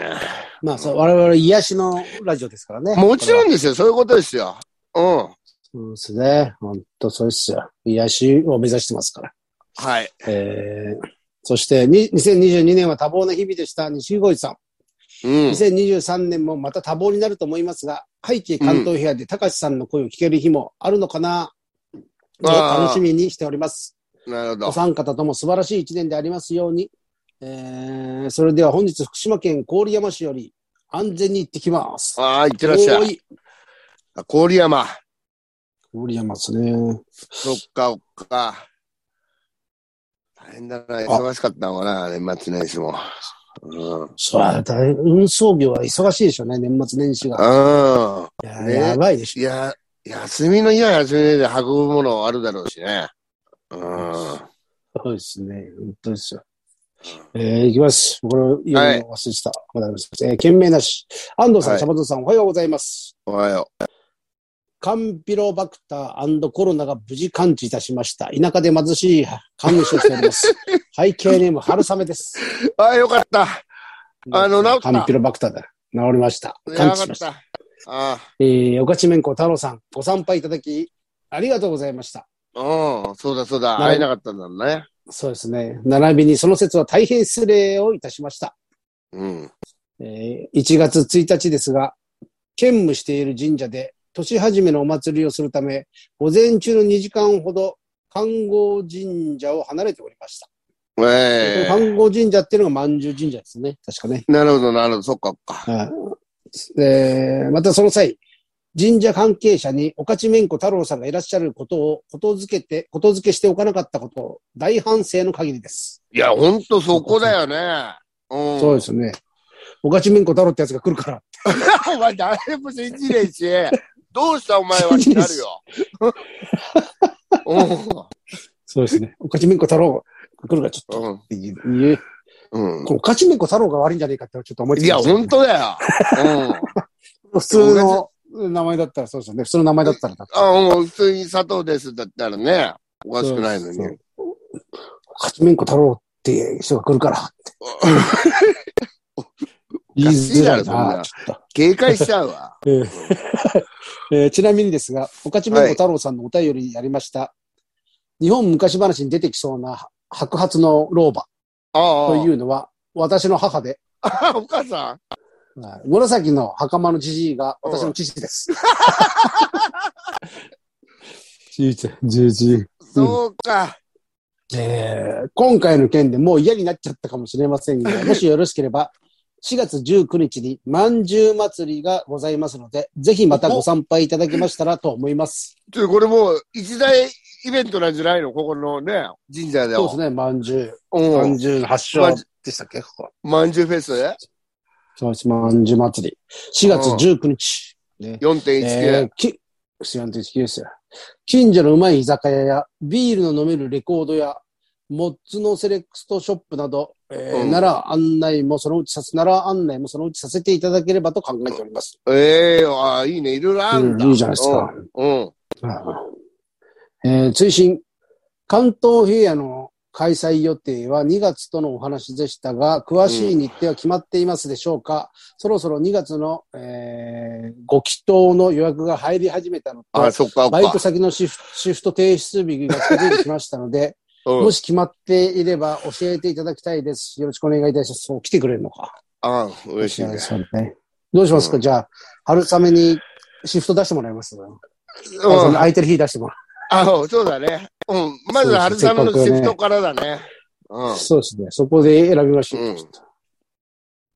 Speaker 2: まあ、そう、我々癒しのラジオですからね。
Speaker 1: もちろ
Speaker 2: ん。
Speaker 1: んですよ、そういうことですよ。うん。
Speaker 2: そうですね。本当そうですよ。癒しを目指してますから。
Speaker 1: はい。
Speaker 2: えーそして、に2022年は多忙な日々でした、西郷さん。
Speaker 1: うん。
Speaker 2: 2023年もまた多忙になると思いますが、ハイチ関東部屋で高橋さんの声を聞ける日もあるのかな、
Speaker 1: んあー
Speaker 2: 楽しみにしております。
Speaker 1: なるほ
Speaker 2: お
Speaker 1: ど。
Speaker 2: 三方とも素晴らしい一年でありますように。えーそれでは本日福島県郡山市より安全に行ってきます。
Speaker 1: ああ、いってらっしゃ
Speaker 2: お
Speaker 1: い。
Speaker 2: い
Speaker 1: あ郡山。
Speaker 2: 郡山ですね。
Speaker 1: そっか、おっか。大変だな、忙しかったのかな、年末年始も。うん。
Speaker 2: そうだ、運送業は忙しいでしょうね、年末年始が。
Speaker 1: うん。
Speaker 2: いや
Speaker 1: ね
Speaker 2: やばいでしょ
Speaker 1: いや、休みの日は休みの日で運ぶものあるだろうしね。うん。
Speaker 2: そうですね。本当ですよ。えー、いきます。これ、言うの忘れてた。わかりました。えー、懸命なし。安藤さ
Speaker 1: はい
Speaker 2: ん、シャバトさん、おはようございます。
Speaker 1: おはよ
Speaker 2: カンピロバクターコロナが無事完治いたしました。田舎で貧しい看護師をしてお ります。背景ネーム、春雨です。
Speaker 1: う。ああ、よかった。あの治った
Speaker 2: カンピロバクターだ。治りました。
Speaker 1: や
Speaker 2: 完
Speaker 1: ばか
Speaker 2: 治し
Speaker 1: っ
Speaker 2: ました。
Speaker 1: た。あ
Speaker 2: えー、おかちめんこ太郎さん、ご参拝いただき、ありがとうございました。
Speaker 1: あ。うん。そうだそうだ。
Speaker 2: なる
Speaker 1: 会えなかったんだね。
Speaker 2: そうですね。並びに、その説は大変失礼をいたしました。
Speaker 1: うん。
Speaker 2: えー1月1日ですが、兼務している神社で年始めのお祭りをするため、午前中の2時間ほど、観合神社を離れておりました。
Speaker 1: ええ
Speaker 2: 観合神社っていうのが万寿神社ですね。確かね。
Speaker 1: なるほど、なるほど、そっか、そっか。
Speaker 2: はいえーまたその際、神社関係者に岡地面子太郎さんがいらっしゃることを、ことづけて、ことづけしておかなかったことを、大反省の限りです。
Speaker 1: いや、ほんとそこだよね。うん。
Speaker 2: そうですね。岡地面子太郎ってやつが来るから。
Speaker 1: お前、誰も信じねえし、どうしたお前はってなる よ。
Speaker 2: そうです ね。岡地面子太郎が来るから、ちょっと。
Speaker 1: うん
Speaker 2: っていう。
Speaker 1: うん。
Speaker 2: こう岡地面子太郎が悪いんじゃねえかってちょっと思い
Speaker 1: いや、ほんとだよ。うん。
Speaker 2: 普通の名前だったらそうですよね。普通の名前だったらだ。
Speaker 1: あ、うん、普通に砂糖ですだったらね、おかしくないのに。
Speaker 2: そうそう。岡地面子太郎っていう人が来るからって。言いづらい
Speaker 1: おかしいだろそん
Speaker 2: な
Speaker 1: な。
Speaker 2: ちょっと
Speaker 1: 警戒しち ゃうわ。
Speaker 2: えーえーちなみにですが、岡地文子太郎さんのお便りにありました、日本昔話に出てきそうな白髪の老婆
Speaker 1: ああ。
Speaker 2: というのは、私の母で、
Speaker 1: あお母さん
Speaker 2: はい紫の袴のじじいが私の父です。じいちゃん、じいじい。
Speaker 1: そうか。
Speaker 2: えー今回の件でもう嫌になっちゃったかもしれません が、もしよろしければ、4月19日に饅頭祭りがございますので、ぜひまたご参拝いただけましたらと思います。
Speaker 1: ちょっとこれもう、一大イベントなんじゃないのここのね、神社で
Speaker 2: そう
Speaker 1: は。
Speaker 2: ですね、饅頭。
Speaker 1: うん。
Speaker 2: 十の発
Speaker 1: 祥
Speaker 2: でしたっけここ。
Speaker 1: まんじゅうフェス
Speaker 2: そうです、万十祭り。4月19日。え
Speaker 1: ?4.19。
Speaker 2: ー、き、すいません、ですよ。近所のうまい居酒屋や、ビールの飲めるレコードや、モッツのセレクトショップなど、えー
Speaker 1: うん
Speaker 2: 奈良案内もそのうちさせ、奈良案内もそのうちさせていただければと考えております。
Speaker 1: ええああ、いいね。いろいろあるんだ。
Speaker 2: うんいいじゃないですか。
Speaker 1: うん。うん。
Speaker 2: はいえー追伸、関東平野の開催予定は2月とのお話でしたが、詳しい日程は決まっていますでしょうか、そろそろ2月の、えーご祈祷の予約が入り始めたの
Speaker 1: あ、
Speaker 2: と、
Speaker 1: そっか、そっ
Speaker 2: バイト
Speaker 1: か。
Speaker 2: 先のシフシフト提出日が近づいてきましたので、
Speaker 1: う
Speaker 2: も
Speaker 1: ん。
Speaker 2: し決まっていれば教えていただきたいです。よろしくお願いいたします。そう、来てくれるのか。
Speaker 1: あ嬉しいね。
Speaker 2: そうねどうしますか、じゃあ、春雨にシフト出してもらいます、
Speaker 1: う
Speaker 2: あ
Speaker 1: ん。
Speaker 2: 空いてる日出してもらいます
Speaker 1: あそうだね。うん。まず、春雨のシフトからだね。うん。
Speaker 2: そうですね。そこで選びましょう。
Speaker 1: うん
Speaker 2: ちょっと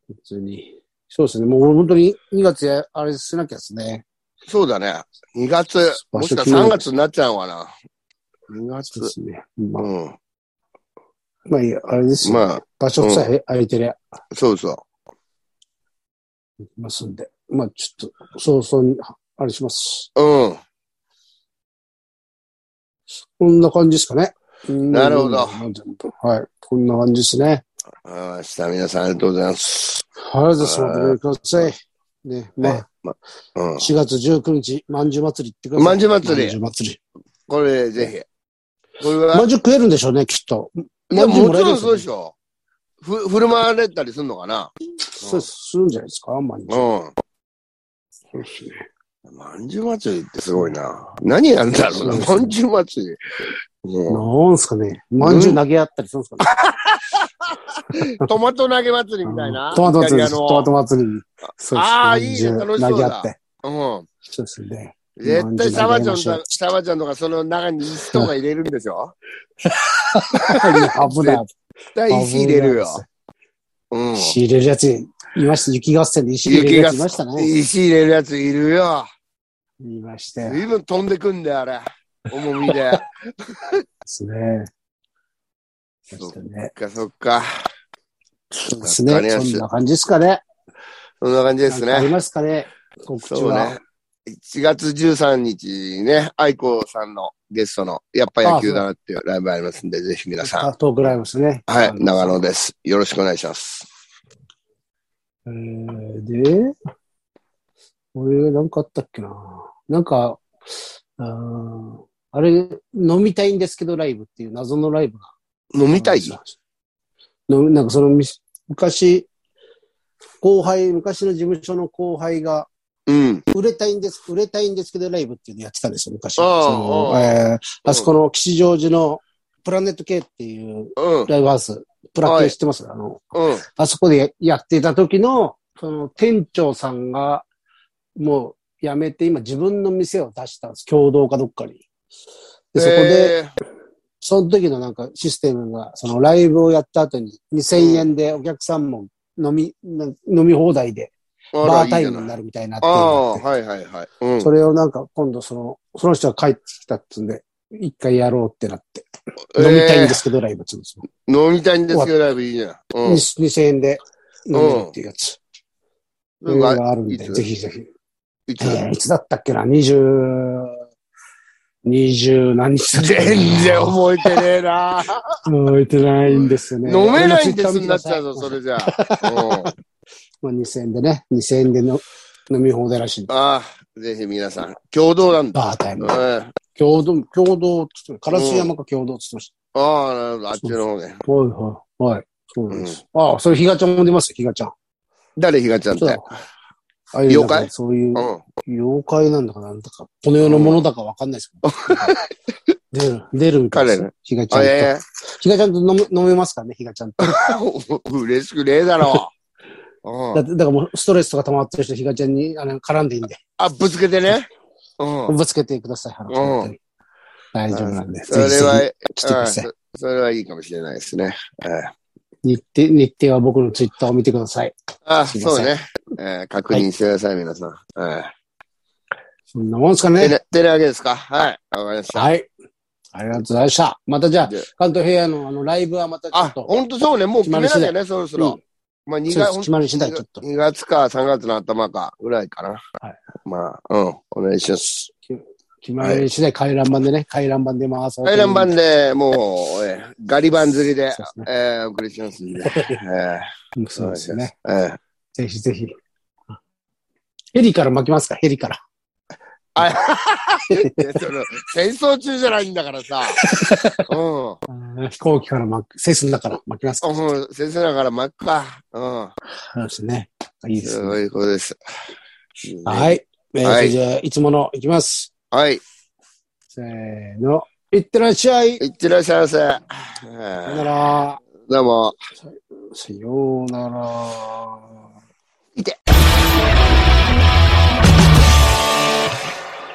Speaker 2: 普通に。そうですね。もう本当に2月や、あれしなきゃですね。
Speaker 1: そうだね。2月、もしか
Speaker 2: 場所決める
Speaker 1: 3月になっちゃうわな。2
Speaker 2: そ
Speaker 1: 月
Speaker 2: うで。すね。まあ
Speaker 1: う、ん。
Speaker 2: まあいいや、あれですよ、
Speaker 1: まあ、
Speaker 2: 場所さえ空いてりゃ、
Speaker 1: そうそう。
Speaker 2: ますんで。まあちょっと、早々に、あれします。
Speaker 1: うん。
Speaker 2: こんな感じですかね。うん
Speaker 1: なるほど
Speaker 2: なんではい。こんな感じですね。
Speaker 1: あした皆さんありがとうございます。
Speaker 2: はい、じゃあ、そのお願いください。ね、まあ、
Speaker 1: うん。
Speaker 2: 4月19日、まんじゅう祭り行ってください。
Speaker 1: まんじゅう祭
Speaker 2: まんじ
Speaker 1: り
Speaker 2: ゅ。う祭り。
Speaker 1: これ、ぜひ。これは、
Speaker 2: まんじゅう食えるんでしょうね、きっと。
Speaker 1: いや、
Speaker 2: まんじゅう
Speaker 1: も
Speaker 2: もら
Speaker 1: ち
Speaker 2: える
Speaker 1: ろ
Speaker 2: ん
Speaker 1: ん
Speaker 2: です
Speaker 1: そう
Speaker 2: よ
Speaker 1: でしょ。ふ、振る舞われたりするのかな
Speaker 2: そう、するんじゃないですか、まんじゅう。
Speaker 1: う
Speaker 2: そうですね。
Speaker 1: ん。まんじゅう祭りってすごいな。何やんだろうな、
Speaker 2: そう
Speaker 1: まんじゅう祭り。も
Speaker 2: なんすかね。まんじゅう投げ合ったりするんですかね。
Speaker 1: う、トマト投げ祭り みたいな。
Speaker 2: トマト祭
Speaker 1: イ
Speaker 2: りで
Speaker 1: タ
Speaker 2: す。
Speaker 1: リアの
Speaker 2: トマト祭り。そうです
Speaker 1: あーいいね
Speaker 2: まんじ
Speaker 1: 楽
Speaker 2: ゅ
Speaker 1: しそうだ
Speaker 2: 投げ合って。
Speaker 1: うん。
Speaker 2: そうですね。
Speaker 1: 絶対サバちゃん
Speaker 2: まんじゅう投げましょ
Speaker 1: と
Speaker 2: う、
Speaker 1: サバちゃんとかその中に石とか入れるんでしょ
Speaker 2: 危ない。
Speaker 1: 絶対石入れるよ。うん。
Speaker 2: 石入れるやつ、いました。雪合戦で石入れるやついましたね。
Speaker 1: 石入れるやついるよ。
Speaker 2: いましたよ。で
Speaker 1: 随分飛んでくんだよ、あれ。重み で。
Speaker 2: すね。
Speaker 1: う
Speaker 2: そうで
Speaker 1: そっか、そっか。
Speaker 2: すね。そんな感じですかね。
Speaker 1: そんな感じです
Speaker 2: なんかあり
Speaker 1: ね。
Speaker 2: ますかね。告知
Speaker 1: そう
Speaker 2: は
Speaker 1: ね。。1月13日にね、愛子さんのゲストの、やっぱ野球だなっていうライブありますんで、ぜひ皆さん。
Speaker 2: あトークライブですね。
Speaker 1: はい
Speaker 2: あ、の
Speaker 1: 長野です。よろしくお願いします。
Speaker 2: えーで、俺なんかあったっけななんか、あーあれ、飲みたいんですけどライブっていう謎のライブが。
Speaker 1: 飲みたい
Speaker 2: のなんかそのみ昔、後輩、昔の事務所の後輩が、
Speaker 1: うん。
Speaker 2: 売れたいんです、売れたいんですけどライブっていうのやってたんですよ、昔。
Speaker 1: あー
Speaker 2: その
Speaker 1: あー
Speaker 2: えーあそこの吉祥寺のプラネット系っていう
Speaker 1: うん。うん。
Speaker 2: ライブハウス、プラ系知ってます、あの、あそこでやっていた時の、その店長さんが、も辞めて、今自分の店を出したんです。共同かどっかに。で、そこで、
Speaker 1: えー
Speaker 2: その時のなんかシステムが、そのライブをやった後に2000円でお客さんも飲み、な飲み放題で、
Speaker 1: あら
Speaker 2: バー
Speaker 1: いい
Speaker 2: タ
Speaker 1: じ
Speaker 2: イ
Speaker 1: ゃ
Speaker 2: ム
Speaker 1: ない
Speaker 2: になるみたいになって
Speaker 1: あ
Speaker 2: る
Speaker 1: あ、
Speaker 2: ので
Speaker 1: はいはいはい。うん
Speaker 2: それをなんか今度その、その人が帰ってきたっつうんで、一回やろうってなって、飲みたいんですけど、ライブっつうんですよ。
Speaker 1: えー飲みたいんですけど、ライブいいじゃん。うん
Speaker 2: に2000円で飲めるっていうやつ。
Speaker 1: う
Speaker 2: うんん、があるん
Speaker 1: い
Speaker 2: で、
Speaker 1: つ
Speaker 2: ぜひぜひ。
Speaker 1: いつ
Speaker 2: えー、いつだったっけな、二十、二十何日だった
Speaker 1: 全然覚えてねえな。
Speaker 2: 覚えてないんですよね。
Speaker 1: 飲めないんで
Speaker 2: あ
Speaker 1: す
Speaker 2: の
Speaker 1: になっちゃうぞ、そ。れじゃあ。うん
Speaker 2: まあ、2000円でね、2000円での飲み放題らしいんで。
Speaker 1: ああ、ぜひ皆さん、共同なんだ。
Speaker 2: バータイ
Speaker 1: う
Speaker 2: ム
Speaker 1: ん。あ
Speaker 2: 共同、共同っつって、カラス山か共同っつってまし
Speaker 1: あ、なるほど、あっちの方ね。
Speaker 2: た。はいはい。はい。そうなんです。ああ、それ、ヒガちゃんも出ますよ、ヒガちゃん。
Speaker 1: 誰、ひがちゃんって。
Speaker 2: そううだああいう
Speaker 1: 妖怪。、
Speaker 2: なんかそういうん妖怪なんだかなんだか、この世のものだかわかんないですけど。出る、出るみたいですよ。ヒガちゃ
Speaker 1: あ
Speaker 2: んと。
Speaker 1: え
Speaker 2: ヒガちゃんと飲め飲めますからね、ヒガちゃんと。
Speaker 1: え嬉しくねえだろう。う
Speaker 2: だ
Speaker 1: ん
Speaker 2: っ。てだからもうストレスとか溜まってる人、ヒガちゃんにあの絡んでいいんで、
Speaker 1: あ、ぶつけてね。うん。
Speaker 2: ぶつけてください、原さん本当に大丈夫なんで。
Speaker 1: それ
Speaker 2: ぜひぜ
Speaker 1: は、
Speaker 2: ひ来てくださ
Speaker 1: う
Speaker 2: い
Speaker 1: ん。そそれはいいかもしれないですね。ええ
Speaker 2: 日程、日程は僕のツイッターを見てください。
Speaker 1: あ、
Speaker 2: すいま
Speaker 1: そ
Speaker 2: せ
Speaker 1: うんね。ええ確認してください、皆さん。え
Speaker 2: そんなもんですか
Speaker 1: えて
Speaker 2: ね。
Speaker 1: な、てなわけですかはい。わかりました。
Speaker 2: はい。ありがとうございました。またじゃあ
Speaker 1: で、
Speaker 2: 関東平野のあの、ライブはまたちょ
Speaker 1: あ
Speaker 2: っ、と。
Speaker 1: ほんとそうね。もう決めなきゃね、そろそろ。
Speaker 2: うん
Speaker 1: まあ、2
Speaker 2: そうです
Speaker 1: 月、
Speaker 2: 決まり次第ちょっと。
Speaker 1: 2月か3月の頭かぐらいかな。
Speaker 2: はい。
Speaker 1: まあ、うん、お願いします。
Speaker 2: 決まり次第回覧版でね、回覧版で回そうとい
Speaker 1: 回
Speaker 2: う。
Speaker 1: 覧版で、もう、えーガリ版釣りで
Speaker 2: そうです、ね
Speaker 1: えー、お送りします んで。え
Speaker 2: うんそうですよね。
Speaker 1: ーえー
Speaker 2: ぜひぜひ。ヘリから巻きますか、ヘリから。
Speaker 1: あいやその戦争中じゃないんだから さ。うん。
Speaker 2: うん飛行機から巻く、セスの中から巻きますか。
Speaker 1: うん、先生だから真っ赤。うん。
Speaker 2: そうですね。いいですね
Speaker 1: そう。いうことです。。
Speaker 2: はいい。えー
Speaker 1: はい
Speaker 2: じゃあ、いつものいきます。
Speaker 1: はい。
Speaker 2: せーの。いってらっしゃい。
Speaker 1: いってらっしゃいませ。え
Speaker 2: さよな
Speaker 1: ー
Speaker 2: ら。
Speaker 1: どうも。
Speaker 2: さようなら。